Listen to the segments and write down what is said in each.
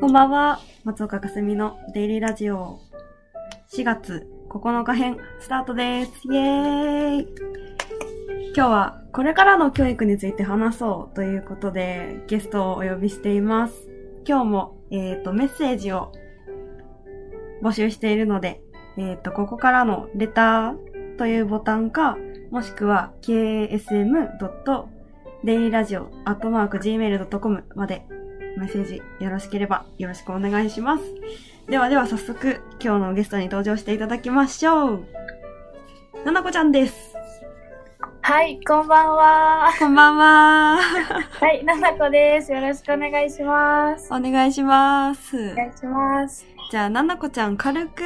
こんばんは。松岡かすみのデイリーラジオ4月9日編スタートです。イエーイ今日はこれからの教育について話そうということでゲストをお呼びしています。今日も、えっ、と、メッセージを募集しているので、えっ、と、ここからのレターというボタンか、もしくは ksm.dailyradio.gmail.com までメッセージよろしければよろしくお願いします。ではでは早速今日のゲストに登場していただきましょう。ななこちゃんです。はい、こんばんは。こんばんは。はい、ななこです。よろしくお願いします。お願いしますお。願いします。じゃあ、ななこちゃん軽く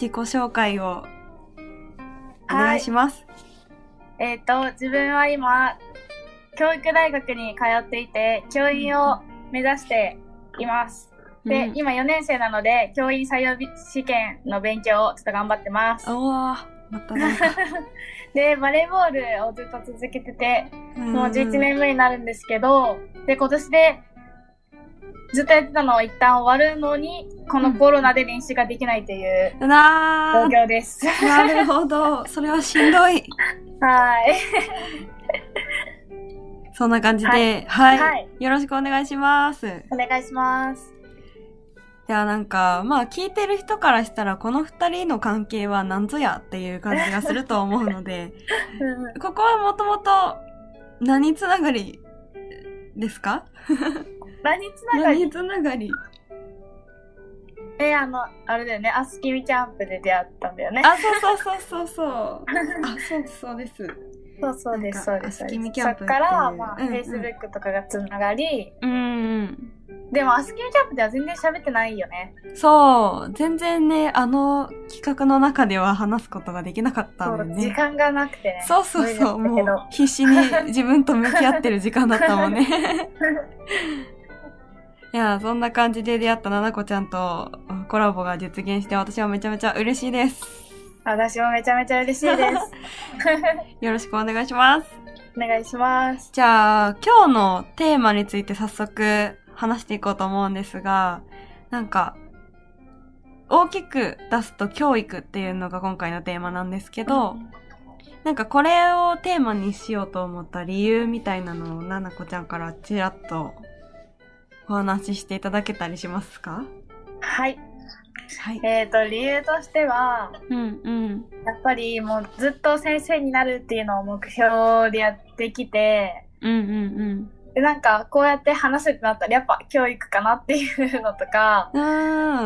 自己紹介をお願いします。えっ、と、自分は今、教育大学に通っていて、教員を目指しています。で、うん今4年生なので、教員採用試験の勉強をちょっと頑張ってます。うわーまたなんか。で、バレーボールをずっと続けてて、 もう11ん。年目になるんですけど、で、今年で、ずっとやってたのを一旦終わるのに、このコロナで練習ができないという、な同 業です。ーなるほど。それはしんどい。はい。そんな感じはで、はい、はいよろしくお願いします。お願いします。じゃあなんか、まあ聞いてる人からしたら、この二人の関係は何ぞやっていう感じがすると思うので、 ここはもともと何つながりですか何つながり何つながりえ、あの、あれだよね、アスキミキャンプで出会ったんだよね。あ、そうそうそうそうそう。あ、そうそうです。そうそうです、そなんうかです。アスそうですキミキャンプってそいうっから、まあ、うんうん Facebook とかがつながり、うん。でも、アスキミキャンプでは全然喋ってないよね。そう。全然ね、あの企画の中では話すことができなかったんだよそう時ね。間がなくてね。そうそうそう。無も理うだっ必死に自分と向き合ってる時間だったもんね。たけどいやー、そんな感じで出会ったななこちゃんとコラボが実現して私はめちゃめちゃ嬉しいです。私もめちゃめちゃ嬉し いです。よろしくお願いします。お願いします。じゃあ、今日のテーマについて早速話していこうと思うんですが、なんか、大きく出すと教育っていうのが今回のテーマなんですけど、なんかこれをテーマにしようと思った理由みたいなのをななこちゃんからちらっとお話ししていただけたりしますかはい。はい。えっ、と、理由としては、うんうん。やっぱりもうずっと先生になるっていうのを目標でやってきて、うんうんうん。で、なんか、こうやって話すってなったら、やっぱ教育かなっていうのとか、うー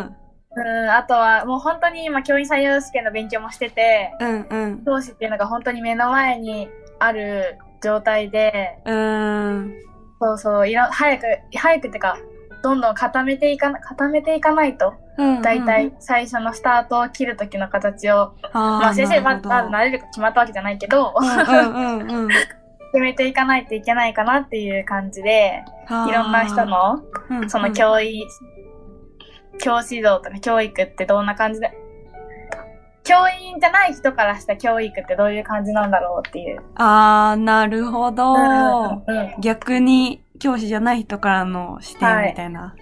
ん。うん、あとは、もう本当に今、教員採用試験の勉強もしてて、うんうん。教師っていうのが本当に目の前にある状態で、うーん。そうそう、いろ、早く、早くってか、どんどん固めていかな、固めていかないと、うんうんだいたい、最初のスタートを切る時の形を、ままあ先生ままだ慣れるか決まったわけじゃないけど、うんうんうんうん。決めていかないといけないかなっていう感じで、いろんな人の、その育教員、教師像とか教育ってどんな感じで、教員じゃない人からした教育ってどういう感じなんだろうっていう。あー、なるほど。うんうん逆に、教師じゃない人からの視は点いみたいな。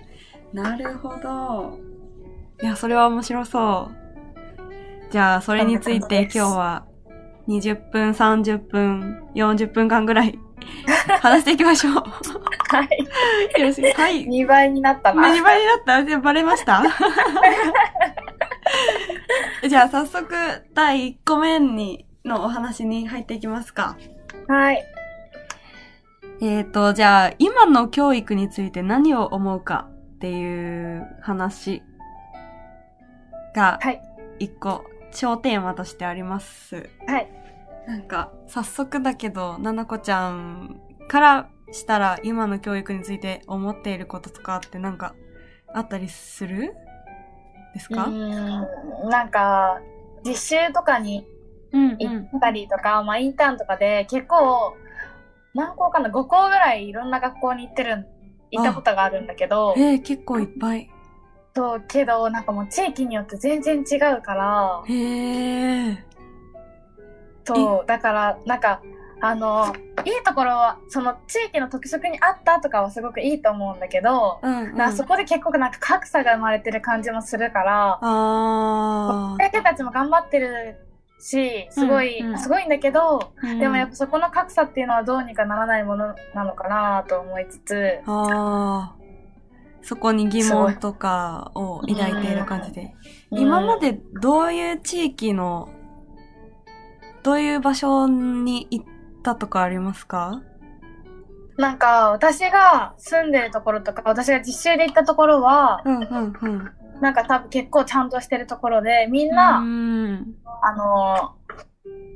なるほど。いや、それは面白そう。じゃあ、それについそんな感てじです今日は、20分、30分、40分間ぐら い、話していきましょう。はい。よろしく。はい。 2倍になったな。何倍になったじゃあバレました じゃあ早速第1個目にのお話に入っていきますか。はい。えーと、じゃあ今の教育について何を思うかっていう話がはい1個小テーマとしてあります。はい。なんか早速だけど、ななこちゃんからしたら今の教育について思っていることとかってなんかあったりするですうか、ーんなんか、実習とかにうんうん行ったりとか、まあインターンとかで結構、何校かな ?5 校ぐらいいろんな学校に行ってる、行ったことがあるんだけど、えー、結構いっぱい。そう、けどなんかもう地域によって全然違うから、へえ。そう、だから、なんか、あの、いいところは、その地域の特色に合ったとかはすごくいいと思うんだけど、うん、うん。なんかそこで結構なんか格差が生まれてる感じもするから、あ先生たちも頑張ってるし、すごい、うんうんすごいんだけど、ー。でもやっぱそこの格差っていうのはどうにかならないものなのかなと思いつつ、ああ。そこに疑問とかを抱いている感じで。今までどういう地域の、どういう場所に行ったとかありますかなんか私が住んでるところとか、私が実習で行ったところは、うん、うん、うん。なんか多分結構ちゃんとしてるところで、みんうな、ん。あの、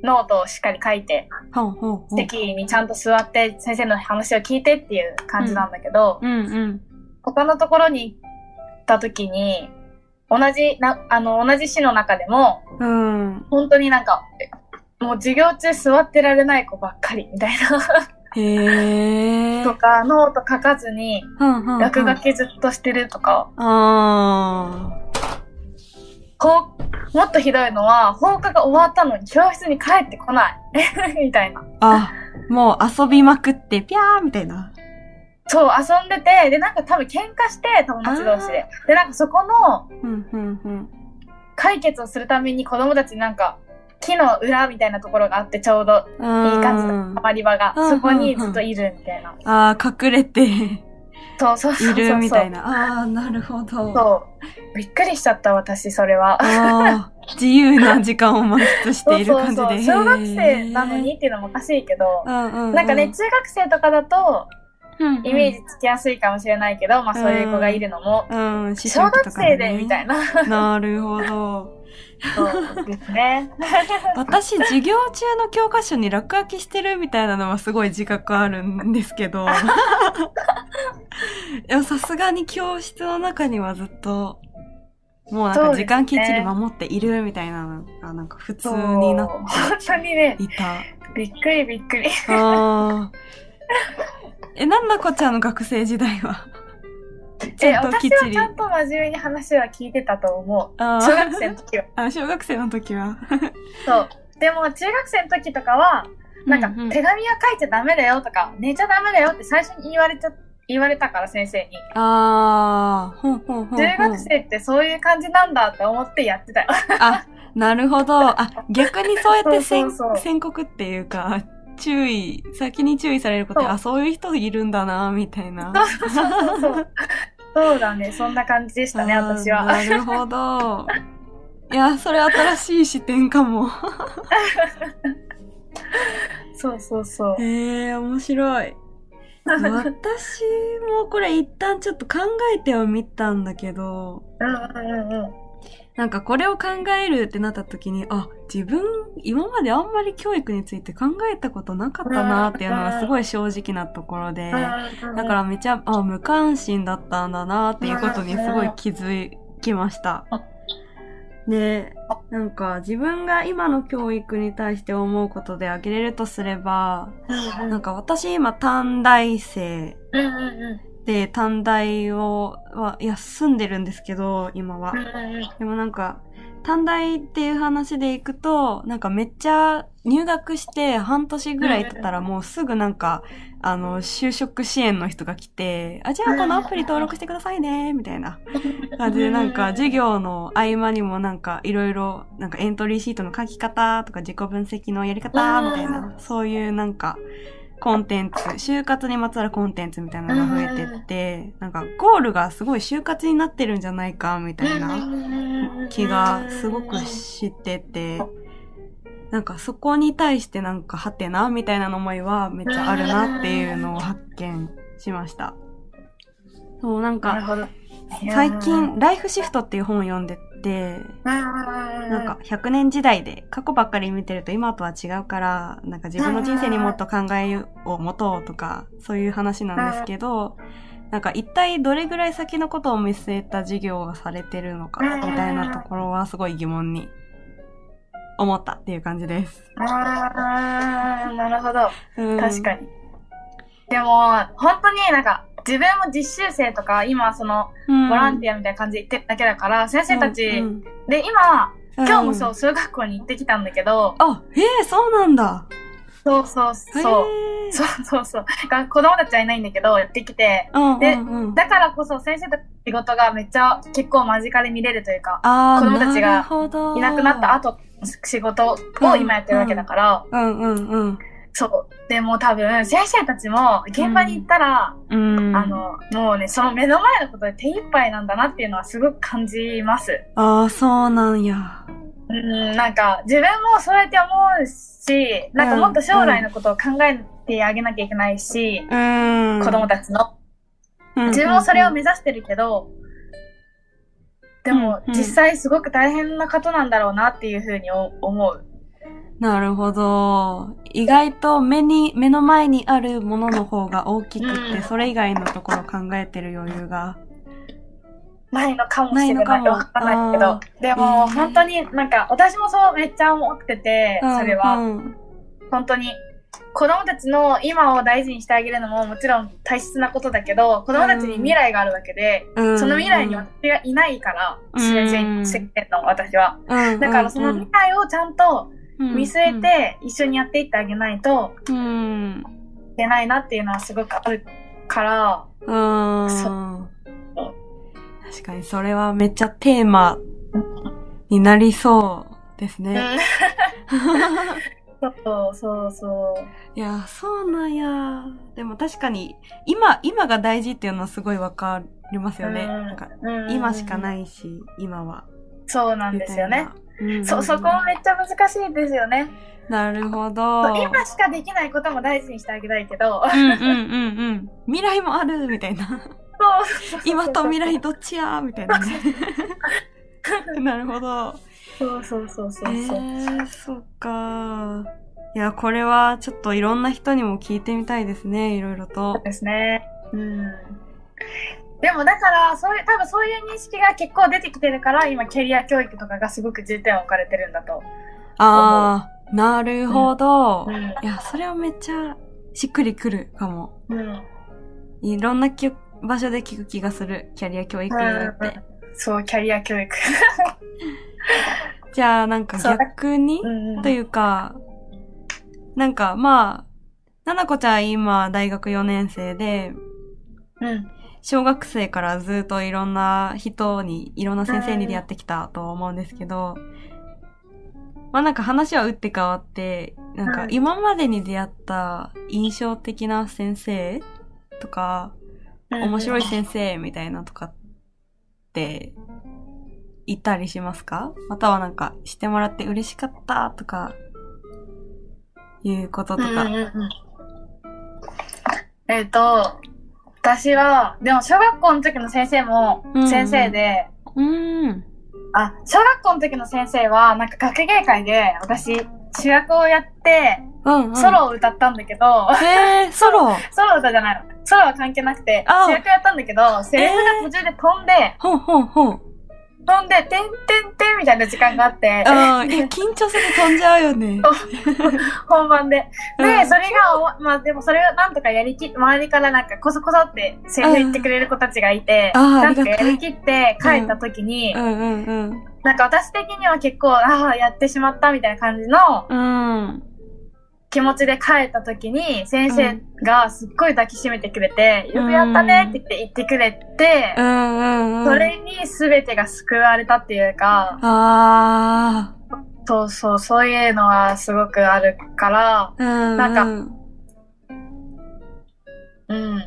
ノートをしっかり書いて、ほんほんほん。席にちゃんと座って先生の話を聞いてっていう感じなんだけど、うん、うん。他のところに行った時に、同じな、あの、同じ市の中でも、うん。本当になんか、もう授業中座ってられない子ばっかりみたいへえ。なとか、ノート書かずにうんうんうん落書きずっとしてるとか、あこう、もっとひどいのは、放課が終わったのに教室に帰ってこない みたいな。あ。あ、もう遊びまくって、ぴゃーみたいな。そう、遊んでて、で、なんか多分喧嘩して、友達同士で。で、なんかそこのうん、うん、うん。解決をするために子供たちになんか、木の裏みたいなところがあって、ちょうどいいいい感じの溜まり場が、うんそこにずっといるみたいな。ああ、隠れていそうそうそうそう。るみたいな。ああー、なるほど。そう。びっくりしちゃった、私、それは。あー自由な時間を満喫している感じで。そうそうそう。小学生なのにっていうのもおかしいけど、うんうんうなんかね、中学生とかだと、うんうんイメージつきやすいかもしれないけど、まあそういう子がいるのも、うん、思小春期学とかね生でみたいな。なるほど。そうで すね。私、授業中の教科書に落書きしてるみたいなのはすごい自覚あるんですけ ど。いや、さすがに教室の中にはずっと、もうなんか時間きっちり守っているみたいなのが、なんか普通そう。になっ本当にね、ていた。びっくりびっくり。ああ。 え、なんだこちゃんの学生時代はちえ、ゃんときっ私ちはりちゃんと真面目に話は聞いてたと思う。あー小学生の時は。 あの小学生の時は。そう。でも中学生の時とかは、 なんかうう手紙は書いちゃダメだよとか、寝ちゃダメだよって最初に言われちゃ、言われたから先生に。ああ、ほんほんほんほん。中学生ってそういう感じなんだって思ってやっ てたよ。あ、なるほど。あ、逆にそうやってせん そうそうそう宣告っていうか、注意、先に注意されることで、そうあ、そういう人いるんだな、みたいな。そうそうそうそう。そうだね、そんな感じでしたね、あー私は。なるほど。いや、それ新しい視点かも。そうそうそう。へえ、面白い。私もこれ一旦ちょっと考えてはみたんだけど、うんうんうんうん。なんかこれを考えるってなった時に、あ、自分、今まであんまり教育について考えたことなかったなっていうのはすごい正直なところで、だだからめちゃ、あ、無関心だったんだなっていうことにすごい気づきました。で、なんか自分が今の教育に対して思うことで挙げれるとすれば、らなんか私今短大生うんうんうん。で短大をは休んでるんですけど今はうんうんうん。でもなんか短大っていう話でいくとなんかめっちゃ入学して半年ぐらい経ったらもうすぐなんかあの就職支援の人が来てあじゃあこのアプリ登録してくださいねみたいな感じでなんか授業の合間にもなんかいろいろなんかエントリーシートの書き方とか自己分析のやり方みたいなそういうなんかコンテンツ就活にまつわるコンテンツみたいなのが増えてってなんかゴールがすごい就活になってるんじゃないかみたいな気がすごくしててなんかそこに対してなんかハテナみたいな思いはめっちゃあるなっていうのを発見しました。そうなんかなるほど。最近、ライフシフトっていう本を読んでて、ななんか、100年時代で過去ばっかり見てると今とは違うから、なんか自分の人生にもっと考えを持とうとか、そういう話なんですけど、なんか一体どれぐらい先のことを見据えた授業がされてるのか、みたいなところはすごい疑問に思ったっていう感じです。あーなるほど。うん確かに。でも、本当になんか、自分も実習生とか、今その、うんボランティアみたいな感じで行ってるだけだから、先生たち、うんで、今、うん今日もそう、数学校に行ってきたんだけど、あ、ええそうなんだ。そうそうそう。へーそうそうそう。が子供たちはいないんだけど、やってきて、うんでうんうん、だからこそ先生と仕事がめっちゃ結構間近で見れるというか、あー子供たちがなるほどいなくなった後、仕事を今やってるわけだから、うんうんうん。そう。でも多分、先生たちも現場に行ったら、うん。あ、の、もうね、その目の前のことで手一杯なんだなっていうのはすごく感じます。ああ、そうなんや。うん、なんか、自分もそうやって思うし、なんかもっと将来のことを考えてあげなきゃいけないし、うん。子供たちの。うん、自分もそれを目指してるけど、でも、うん実際すごく大変なことなんだろうなっていうふうにお思う。なるほど。意外と目に、目の前にあるものの方が大きくって、うんそれ以外のところ考えてる余裕が。ないのかもしれない。ないのかもわからないけど。でうも、ん本当になんか、私もそうめっちゃ思ってて、それは。うんうん本当に子供たちの今を大事にしてあげるのももちろん大切なことだけど子供たちに未来があるわけで、うんその未来に私がいないから、うん世間の私は。だからその未来をちゃんと見据え、て一緒にやっていってあげないとうんうんいけないなっていうのはすごくあるから、うん。うん。確かにそれはめっちゃテーマになりそうですうね。ん、そうそうそう。いや、そうなんや。でも確かに、今、今が大事っていうのはすごいわかりますよね。うんなんかうん。今しかないいし、今は。そうなんですよね。みたいな。そ、そこもめっちゃ難しいですよね。なるほそど。う今しかできないことも大事にしてあげたいけど。うんうんうんうん。未来もあるみたい な。そう今と未来どっちやみたい なね。なるほど。そうそうそうそうえそう。ー、そっか。いや、これはちょっといろんな人にも聞いてみたいですね、いろいろと。ですね。うん。でもだから、そういう、多分そういう認識が結構出てきてるから、今キャリア教育とかがすごく重点を置かれてるんだと。あー、なるほど。うん。いや、それはめっちゃしっくりくるかも。うん。いろんなき場所で聞く気がする、キャリア教育によって。そう、キャリア教育。じゃあ、なんかそう逆にんというか、なんかまあ、ななこちゃん今大学4年生で、うん。小学生からずっといろんな人に、いろんな先生に出会ってきたと思うんですけど、まあなんか話は打って変わって、なんかはい今までに出会った印象的な先生とか、うん。面白い先生みたいなとかって、いたりしますかまたはなんか、してもらって嬉しかったとか、いうこととうんか。うんうんうんえっ、と、私は、でも小学校の時の先生もうんうん先生で、うん。あ、小学校の時の先生は、なんか学芸会で、私、主役をやって、うん、うん。ソロを歌ったんだけど、 へー、ソロソロ歌じゃないの。ソロは関係なくて、あ主役やったんだけど、セリフが途中で飛んで、ほんほんほん。飛んで、てんてんてんみたいな時間があって、 うん、いや、緊張すると飛んじゃうよね。本番で。で、うんそれがおわ、まあでもそれをなんとかやりき、周りからなんかこそこそってセリフ言ってくれる子たちがいて、うんあーなんとかありがやたいりきって帰った時に、うんうんうん。なんか私的には結構、ああ、やってしまったみたいな感じのうん。気持ちで帰った時に、先生がすっごい抱きしめてくれて、よくやったねって言って言ってくれて、うんうんうん。それに全てが救われたっていうか、あそうそう、そういうのはすごくあるから、ー。うん、うん。なんか、うん。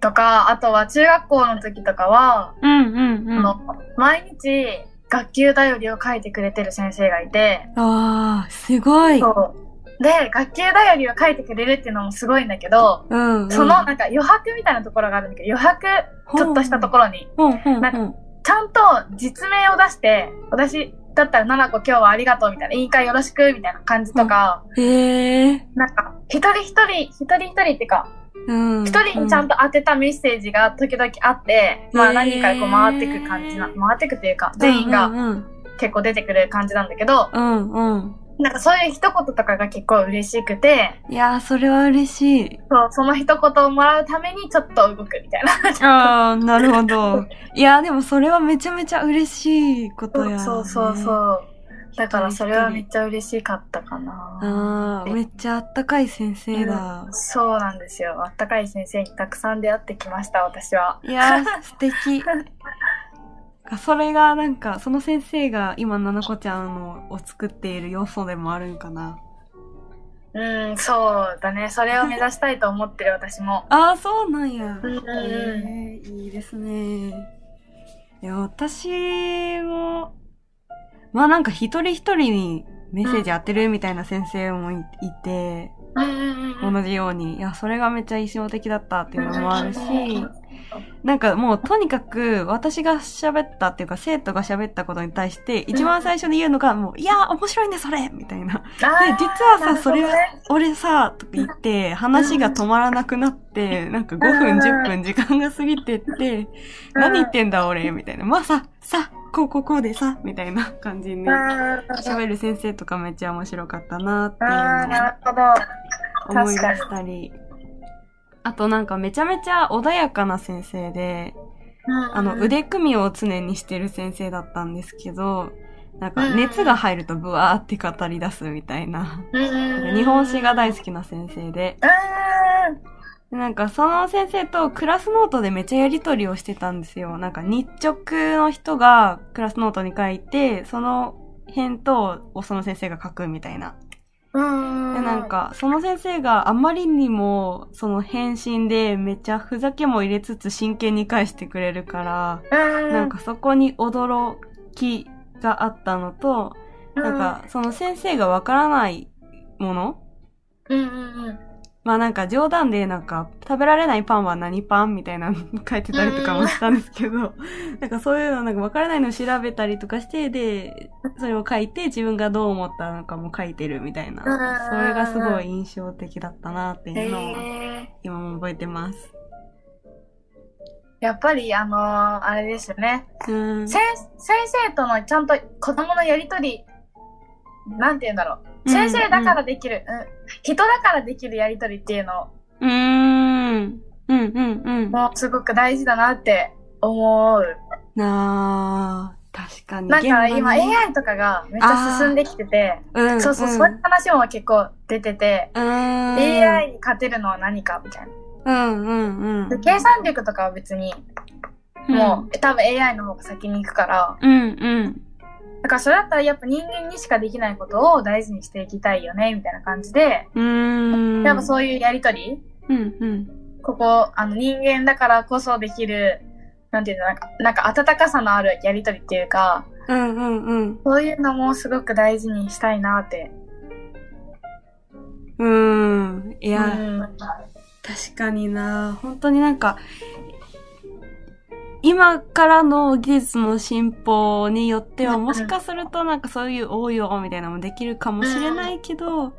とか、あとは中学校の時とかは、うんうんうん。あの毎日学級頼りを書いてくれてる先生がいて、あー、すごい。そう。で、学級頼りを書いてくれるっていうのもすごいんだけど、うん、うん。そのなんか余白みたいなところがあるんだけど、余白ちょっとしたところに、ろ。うんうんなうん。ちゃんと実名を出して、私だったら、ななこ今日はありがとうみたいな、委員会よろしくみたいな感じとか、へえ。なんか、一人一人、一人一人っていうか、うん。一人にちゃんと。と当てたメッセージが時々あって、へまあー何人かこう回ってく感じな、回ってくというか、全員うがん結構出てくる感じなんだけど、うんうん。うんなんかそういう一言とかが結構嬉しくて、いやー、それは嬉しい。そうその一言をもらうためにちょっと動くみたいな。あー、なるほど。いやー、でもそれはめちゃめちゃ嬉しいことや、そうそうそう。だからそれはめっちちゃ嬉しかったかな。ああ、めっちゃあったかい先生だ。そうなんですよ。あったかい先生にたくさん出会ってきました、私は。いやー、素 敵。あそれがなんか、その先生が今、ななこちゃんのを作っている要素でもあるんかな。うん、そうだね。それを目指したいと思ってる、私も。ああ、そうなんや。うんうんうんえーいいですね。いや、私も、まあなんか一人一人にメッセージ当てるみたいな先生もいいて、うんうんうん同じように、いや、それがめっちゃ印象的だったっていうのもあるしうん、なんかもうとにかく私が喋ったっていうか生徒が喋ったことに対して一番最初に言うのがもう、いやー面白いねそれみたいな。あーで、実はなるほどさ、ねそれは、俺さ、とか言って、話が止まらなくなって、なんか5分、10分時間が過ぎてって、何言ってんだ俺、みたいな。まあさ、さ、こうこうこうでさ、みたいな感じにね。あー喋る先生とかめっちゃ面白かったなってあー、いうのをなるほど。思い出したり。あとなんかめちゃめちゃ穏やかな先生で、あの、腕組みを常にしてる先生だったんですけど、なんか熱が入るとブワーって語り出すみたいな。日本史が大き。好きな先生で。あでなんかその先生とクラスノートでめっちゃやりとりをしてたんですよ。なんか日直の人がクラスノートに書いて、その返答をその先生が書くみたいな。ーうん。で、なん、か、その先生があまりにも、その返信でめっちゃふざけも入れつつ真剣に返してくれるから、ななん、かそこに驚きがあったのと、なんかその先生がわからないものうん、うんうんうん。まあなんか冗談でなんか食べられないパンは何パンみたいなの書いてたりとかもしたんですけ ど、なんかそういうのなんかわからないのを調べたりとかして、で、それを書いて自分がどう思ったのかも書いてるみたいな、うんそれがすごい印象的だったなっていうのをへー今も覚えてます。やっぱり、あのーあれですよね。うん。先先生とのちゃんと子供のやりとり、なんて言うんだろう。先生だからできる、うん人だからできるやりとりっていうのうん。うん。うんうんうん。もすごく大事だなって思う。なあ、確かに。なんか今現場に AI とかがめっちゃ進んできてて、うん、そうそう、そういう話も結構出てて、うん。うん。 AI に勝てるのは何かみたいな。うんうんうん。で計算力とかは別に、もう、多分 AI の方が先に行くから、うん、うんうん。だからそれだったらやっぱ人間にしかできないことを大事にしていきたいよね、みたいな感じで、うーん。やっぱそういうやりとり、うんうん。ここ、あの人間だからこそできる、なんていうの、なんか、なんか温かさのあるやりとりっていうか、うんうんうん。そういうのもすごく大事にしたいなって。うーん。いいや、うん、確かにな本当になんか、今からの技術の進歩によっては、うんもしかするとなんかそういう応用みたいなのもできるかもしれないけど、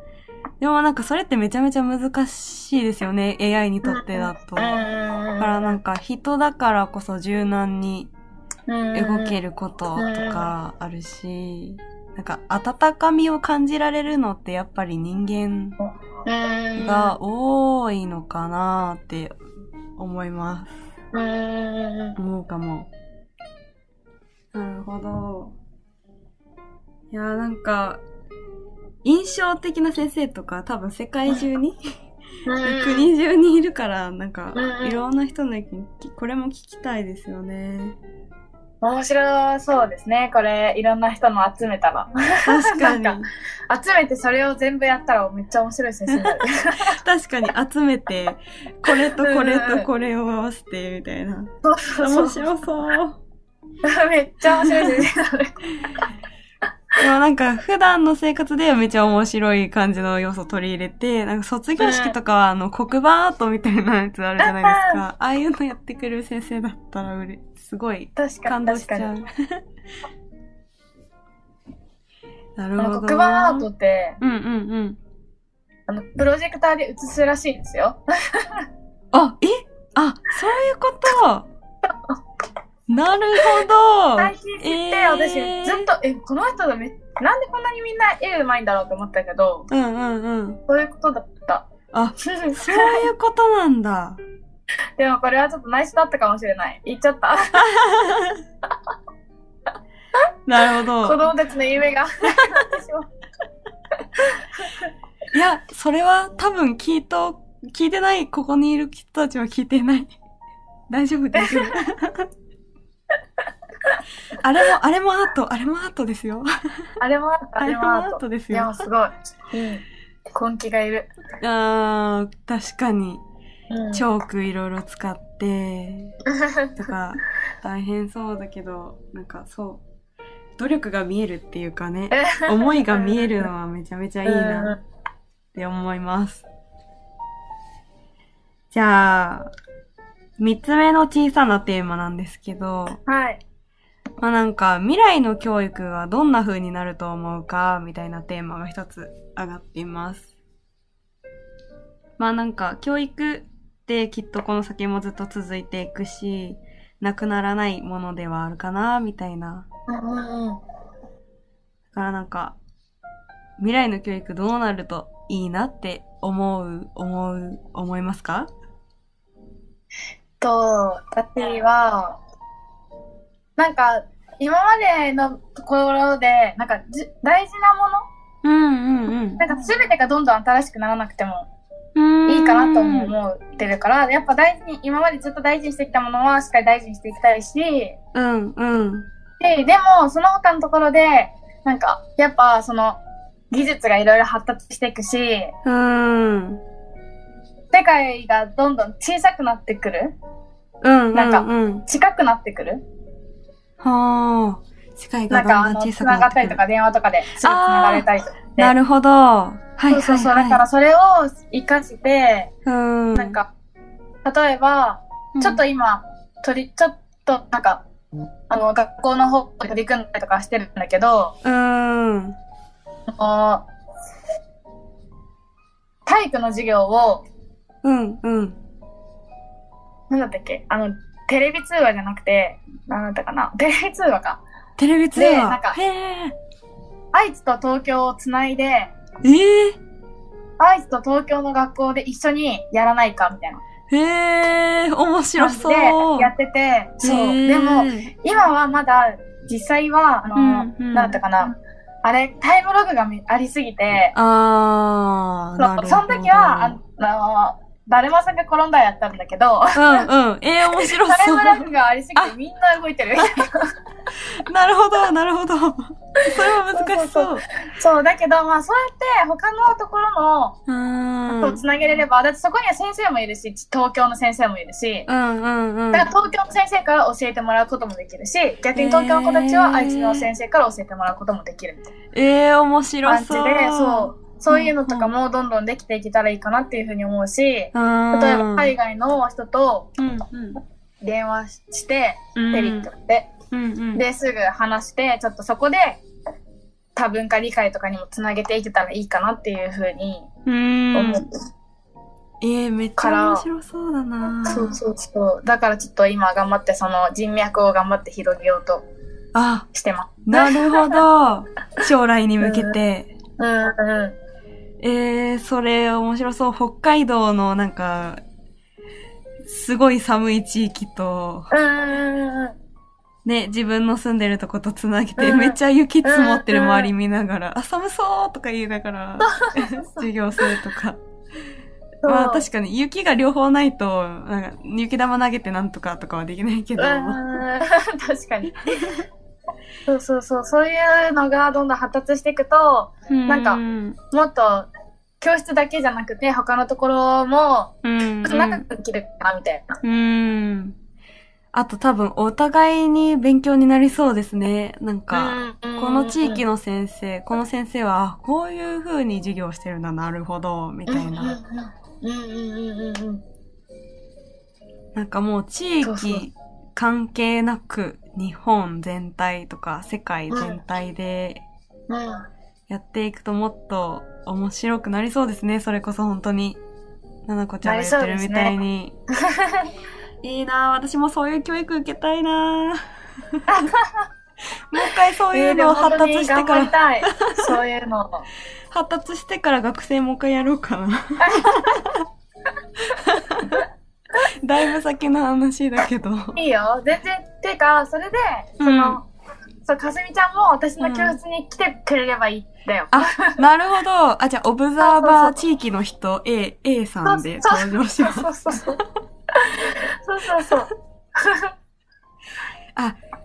でもなんかそれってめちゃめちゃ難しいですよね。AI にとってだと。うだん。からなんか人だからこそ柔軟に動ける。ることとかあるし、なんか温かみを感じられるのってやっぱり人間うん。が多いのかなって思います。うん。思うかも。なるほど。いやーなんか、印象的な先生とか多分世界中に、国中にいるから、なんかうんうんいろんな人の意見、これも聞きたいですよね。面白そうですね、これ。いろんな人の集めたら。確かに。 なん集めてそれを全部やったらめっちゃ面白い先生になる。確かに集めて、これとこれうんうとんこれを合わせて、みたいな。そうそうそう面白そう。 めっちゃ面白い先生になる。でもなんか普段の生活ではめちゃ面白い感じの要素取り入れて、なんか卒業式とかはあの黒板アートみたいなやつあるじゃないですか。ああいうのやってくれる先生だったらうれ、すごい確か感に。動し確ちかにゃ。う。なるあほのど。黒板アート。って、うんうんうん。あの、プロジェクターで映すらしいんですよ。あ、えあ、そういう ことなるほど最近知って、えー私、ずっと、え、この人だめ、なんでこんなにみんな絵うまいんだろうと思ったけど、うんうんうん。そういうことだった。あそういうことなん だ。 でもこれはちょっと内緒だったかもしれない。言っちゃった。なるほ子ど。供たちの夢が 私もいや、それは多分聞いと、聞いてない、ここにいる人たちは聞いてない。 大丈夫、大 丈夫。あれも、あれもアート、あれもアートですよ。あれもあったああれれももアあーったトですいやよ。すごい、うん、根気がいる、あー、確かに。うん、チョークいろいろ使って、とか、大変そうだけど、なんかそう、努力が見えるっていうかね、思いが見えるのはめちゃめちゃいいなって思います。じゃあ、三つ目の小さなテーマなんですけど、はいまあなんか未来の教育はどんな風になると思うかみたいなテーマが一つ上がっています。まあなんか教育ってきっとこの先もずっと続いていくし、なくならないものではあるかなみたいな。うんうんうんだからなんか未来の教育どうなるといいなって思う、思う、思いますかと、私は、なんか、今までのところで、なんかじ、大事なものうんうんなんか、すべてがどんどん新しくならなくてもうん。いいかなとも思ってるから、やっぱ大事に、今までずっと大事にしてきたものは、しっかり大事にしていきたいし、で、うんうん。でも、その他のところで、なんか、やっぱ、その、技術がいろいろ発達していくし、うん。世界がどんどん小さくなってくるうん。なんかうん。近くなってくるはあ。世界がなんか、だあんだんの、小つさくなながっってくたりると。か、電話とかで、すぐつながれたりとか。なるほど。はいはい、はそい。うそうそう。だから、それを活かして、うん。なんか、例えば、ちょっと今、取り、ちょっと、なんか、あの、学校の方で取り組んだりとかしてるんだけど、うん、うん。あの体育の授業を、うん、うん。なんだったっけあの、テレビ通話じゃなくて、なんだったかなテレビ通話か。テレビ通でなんか話。へえ。愛知と東京をつないで、ええ愛知と東京の学校で一緒にやらないか、みたいな。へえ。面白感じそう。でやってて、そう。へえでも、、今はまだ実際は、あの、うんうんなんだったかな、あれ、タイムログがめありすぎて、あー、そなるうほど。その時は、あの、あのだるまさんが転んだやったんだけうん、ど、うん。え え、面白タイそムログがありすぎあてみんな動 いてる。う。なるほど、なるほど。 それは難しそう。そう、だけど、まあそうやって他のところうの、とん。つなげれれば、だってそこには先生もいるし、東京の先生もいるし、うん、うん、うんだから。東京の先生から教えてもらうこともできるし、逆に東京の子たちは愛知の先生から教えてもらうこともできるみたいええ、面白な感じで、そう。そう、そういうのとかもどんどんできていけたらいいかなっていうふうに思うし、うん。例えば海外の人とうん、うん。電話して、うんテレビとかで、うんうん、ですぐ話して、ちょっとそこで多文化理解とかにもつなげていけたらいいかなっていうふうにう思う。ん。えー、めっちからゃ面白そうだなそうそうそう。だからちょっと今頑張ってその人脈を頑張って広げようとあ、してます。なるほど。将来に向けて。うんうん。えー、それ面白そう。北海道のなんか、すごい寒い地域と、うんうんうんね、自分の住んでるとことつなげて、うんめっちゃ雪積もってるうん周り見ながら、あ、寒そうとか言いなが ら、授業するとか。そうまあ確かに雪が両方ないと、なんか雪玉投げてなんとかとかはできないけど。うん確かに。 そうそうそう。そういうのがどんどん発達していくと、なんかうんもっと教室だけじゃなくて他のところもうん仲良くできるかなみたいな。うん。あと多分お互いに勉強になりそうですね。なんか、この地域のの先生、この先生は、あこういう風に授業してるんだ、なるほど、みたいな。。うんうんうんうんうん。なんかもう地そうそう域関係なく、日本全体とか世界全体でうんやっていくともっと面白くなりそうですね。それこそ本当に。ななこちゃんが言ってるみたいに。いいなぁ、私もそういう教育受けたい なぁ。もう一回そういうのを発達してかえーでも本当に頑張りら、たい。そういうの。 発達してから学生もう一回やろうかな。だいぶ先の話だけど。 いいよ。全然、てか、それで、その、うんそそう、かすみちゃんも私の教室に来てくれればいいんだよ。あ、なるほど。あ、じゃあ、オブザーバーそうそうそう地域の人、A、A さんでそうそう登場しそうます。そうそうそう。そうそうそう。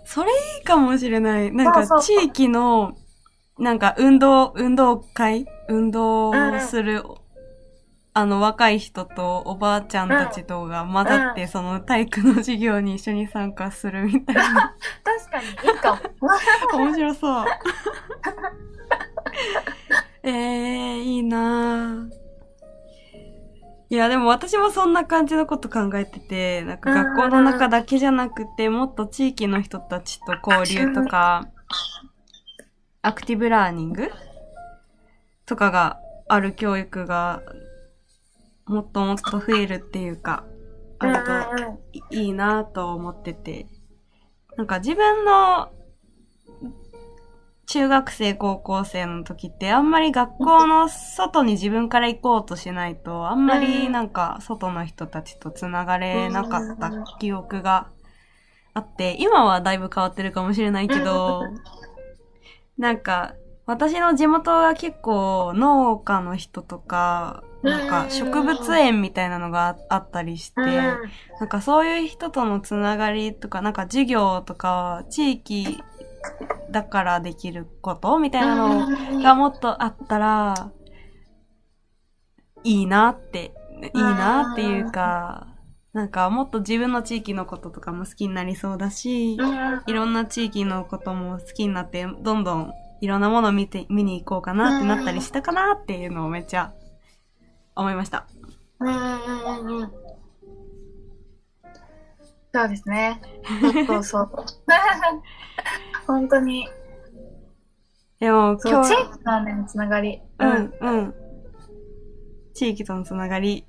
それいいかもしれない。なんかそう、地そう域の、なんか、運動、運動会運動する、あの、若い人とおばあちゃんたちとが混ざって、その体育の授業に一緒に参加するみたいな。確かにいいか も。 面白そう。えー、いいなぁ。いや、でも私もそんな感じのこと考えてて、なんか学校の中だけじゃなくて、もっと地域の人たちと交流とか、アクティブラーニングとかがある教育が、もっともっと増えるっていうか、あるとうんうんうんいいいなぁと思ってて。なんか自分の中学生、高校生の時ってあんまり学校の外に自分から行こうとしないと、あんまりなんか外の人たちと繋がれなかった記憶があって、今はだいぶ変わってるかもしれないけど、なんか私の地元が結構農家の人とか、なんか植物園みたいなのがあったりして、うんなんかそういう人とのつながりとか、なんか授業とか、地域だからできることみたいなのがもっとあったら、いいなって、いいなっていうか、なんかもっと自分の地域のこととかも好きになりそうだし、うんいろんな地域のことも好きになって、どんどんいろんなものを見て、見に行こうかなってなったりしたかなっていうのをめっちゃ思いました。うんうんうんうん。そうですね。そうそう。 本当に。でもそ今う、日地、域のね、つながり。う。ん、うん。地域とのつながり。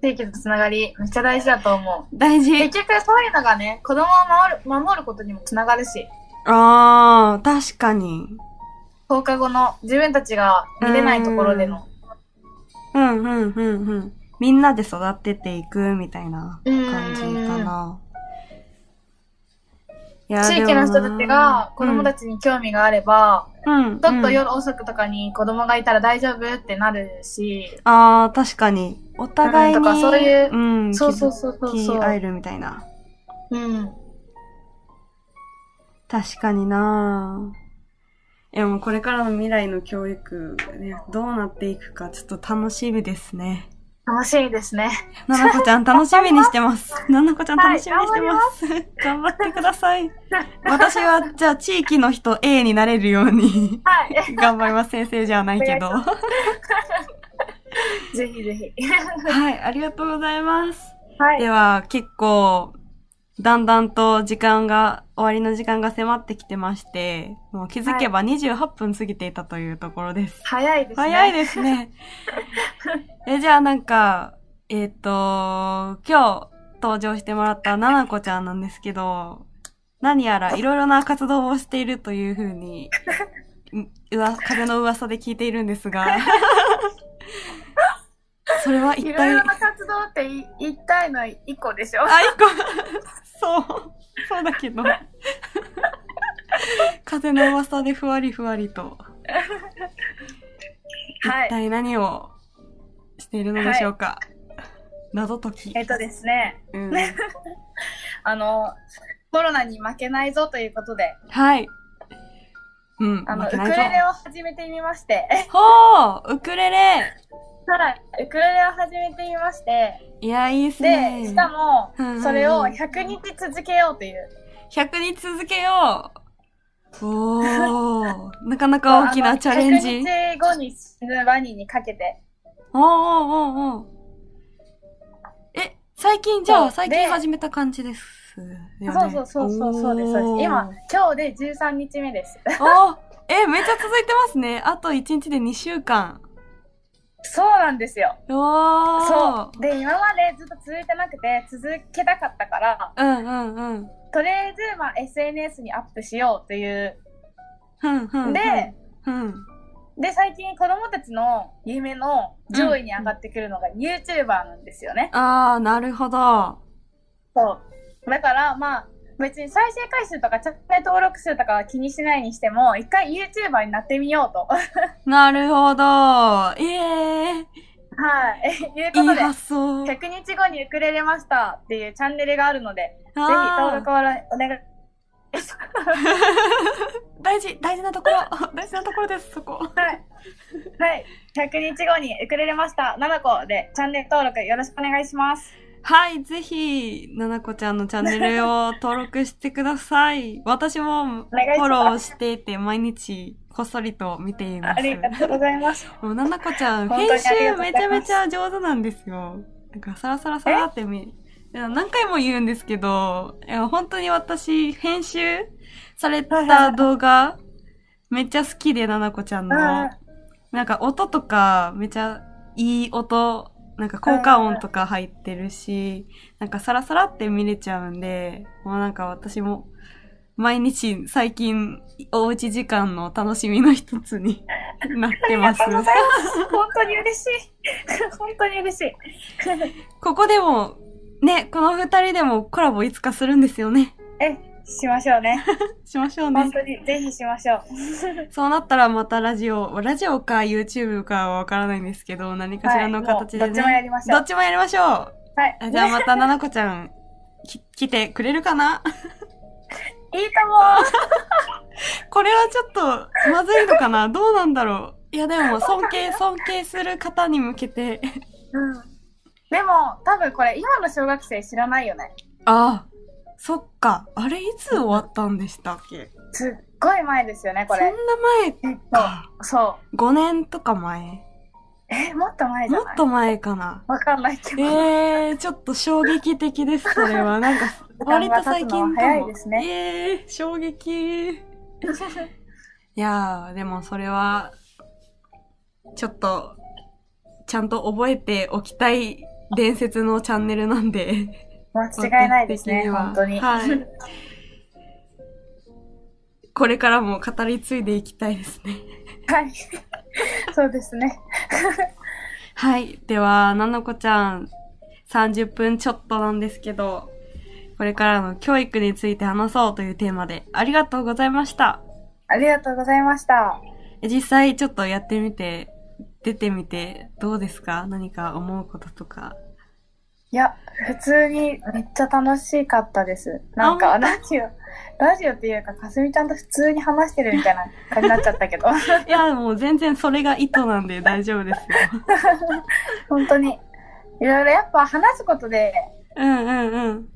地域のつながり、めっちゃ大事だと思う。大事。結局そういうのがね、子供を守る、守ることにもつながるし、ああ、確かに。放課後の自分たちが見れないところでのうん、うん、うん、うん。みんなで育ってていくみたいな感じかな。いや地域の人たちが子供たち、ちに興味があれば、うんうんちょっと夜遅くとかに子供がいたら大丈夫ってなるし、ああ、確かに。お互いに、うんとかそういううん、そうそうそうそう気そづき合えう。るみたいな。うん。確かになぁ。いやもうこれからの未来の教育、ね、どうなっていくかちょっと楽しみですね。楽しいですね。ななこちゃん楽しみにしてます。 ななこちゃん楽しみにしてます。頑張ってください。私はじゃあ地域の人 A になれるよう にはい。 頑張ります。先生じゃないけど。お願はぜひぜひ。い、ありがとうございます。はい。では結構、だんだんと時間が、終わりの時間が迫ってきてまして、もう気づけば28分過ぎていたというところです。早いですね。早いですね。 え、じゃあなんか、えっ、と、今日登場してもらったななこちゃんなんですけど、何やらいろいろな活動をしているというふうに、うわ、風の噂で聞いているんですが、それは一いろい体ろ、な活動ってい言いたいの一個でしょあ、一個、そう、そうだけど、風の噂でふわりふわりと。は一い。体何をしているのでしょうか、謎解き。えっとですね、うん、あの、コロナに負けないぞということで、はい。うん、あの、負ウけクないぞ。レレを始めてみまして、 ほうウクレレはい、ウクレレを始めてみまして、いや、いいっすね。で、しかもうんうんうん、それを100日続けようという。 100日続けようおーなかなか大きなチャレンジ。 100日後に死ぬワニにかけて。おーおーおーおーえ、最近、じゃそあ、う最で近始めた感じですよね、そうそうそうそうそうです。そうおーです今、今日で13日目です。 おーえ、めっちゃ続いてますね。あと1日で2週間。そうなんですよ。おーそう。で、今までずっと続いてなくて、続けたかったから、うんうんうん。とりあえず、まあ、SNS にアップしようという。ふんふんふん。で、うん。で、最近子供たちの夢の上位に上がってくるのが YouTuber なんですよね。ああ、なるほど。そう。だから、まあ、別に再生回数とかチャンネル登録数とかは気にしないにしても、一回 YouTuber になってみようと。はなるほど。ええい。 いうこー、いといで、発想。 100日後にウクレレマスターっていうチャンネルがあるので、ぜひ登録あをお願い。ー大事、大事なところ。 大事なところです、そこ。はい。はい。100日後にウクレレマスター7個でチャンネル登録よろしくお願いします。はい、ぜひ、ななこちゃんのチャンネルを登録してください。私もフお願いしォロまーす。していて、毎日こっそりと見ていまあす。りがとうございます。もうななこちゃん、本編当にあり集がとうござめいちますゃめちゃ上手なんですよ。なんかサラサラサラってみ、いや何回も言うんですけど、いや本当に私、編集されはいはいたはい動画、めっちゃ好きで、ななこちゃんの。うんなんか音とか、めちゃいい音、なんか効果音とか入ってるし、なんかサラサラって見れちゃうんで、もうなんか私も、毎日最近、おうち時間の楽しみの一つに なってますあり。がとうございます。本当に嬉しい。 本当に嬉しい。ここでも、ね、この二人でもコラボいつかするんですよね。え、しましょうね。しましょう本ね。当に、ぜひしましょう。そうなったらまたラジオ、ラジオか YouTube かはわからないんですけど、何かしらの形ではいもうね。どっちもやりましょどうっ。ちもやりましょう。はい。あじゃあまた、ななこちゃん、き、来てくれるかないいともこれはちょっと、まずいのかなどうなんだろういやでも、尊敬、尊敬する方に向けて。うん。でも、多分これ、今の小学生知らないよね。ああ、そっか。あれ、いつ終わったんでしたっけすっごい前ですよね、そんこなれ。前えっか。と、そ5年とか前う。え、もっと前じもゃっないと前かな。わかんないけど。えー、ちょっと衝撃的です、それは。なんか、割と最近かも。時間が経つのは早いですねえー、衝撃。いやー、でもそれは、ちょっと、ちゃんと覚えておきたい伝説のチャンネルなんで。 間違いないですね、本私当的に。ははい。これからも語り継いでいきたいですね。はい。 そうですね。はい。では、ななこちゃん、30分ちょっとなんですけど、これからの教育について話そうというテーマで、ありがとうございました。ありがとうございました。え実際ちょっとやってみて、出てみて、どうですか何か思うこととか。いや、普通にめっちゃ楽しかったです。なんか、ラジオ、ラジオっていうか、かすみちゃんと普通に話してるみたいな感じになっちゃったけど、 いや、もう全然それが意図なんで大丈夫ですよ。本当に、いろいろやっぱ話すことで、 うんうんうん。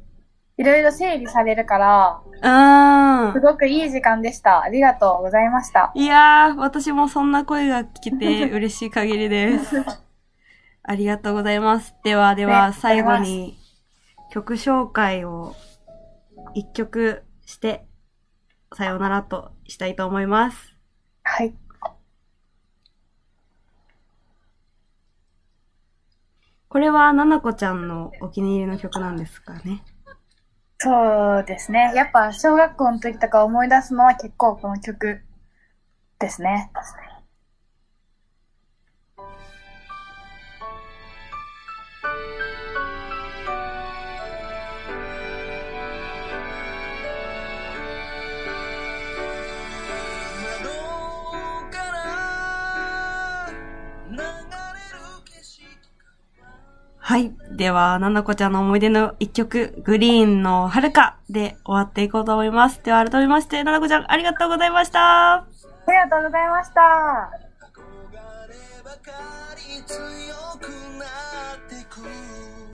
いろいろ整理されるから、あすー。ごくいい時間でした。ありがとうございました。いやー、私もそんな声が聞け て嬉しい限りです。ありがとうございます。ではでは、ね最後に曲紹介を一曲して、さようならとしたいと思います。はい。これは、ななこちゃんのお気に入りの曲なんですかね。そうですね。やっぱ小学校の時とか思い出すのは結構この曲ですね。窓から流れる景色はい。では、ななこちゃんの思い出の一曲、グリーンの遥かで終わっていこうと思います。では、改めまして、ななこちゃん、ありがとうございました。ありがとうございました。憧ればかり強く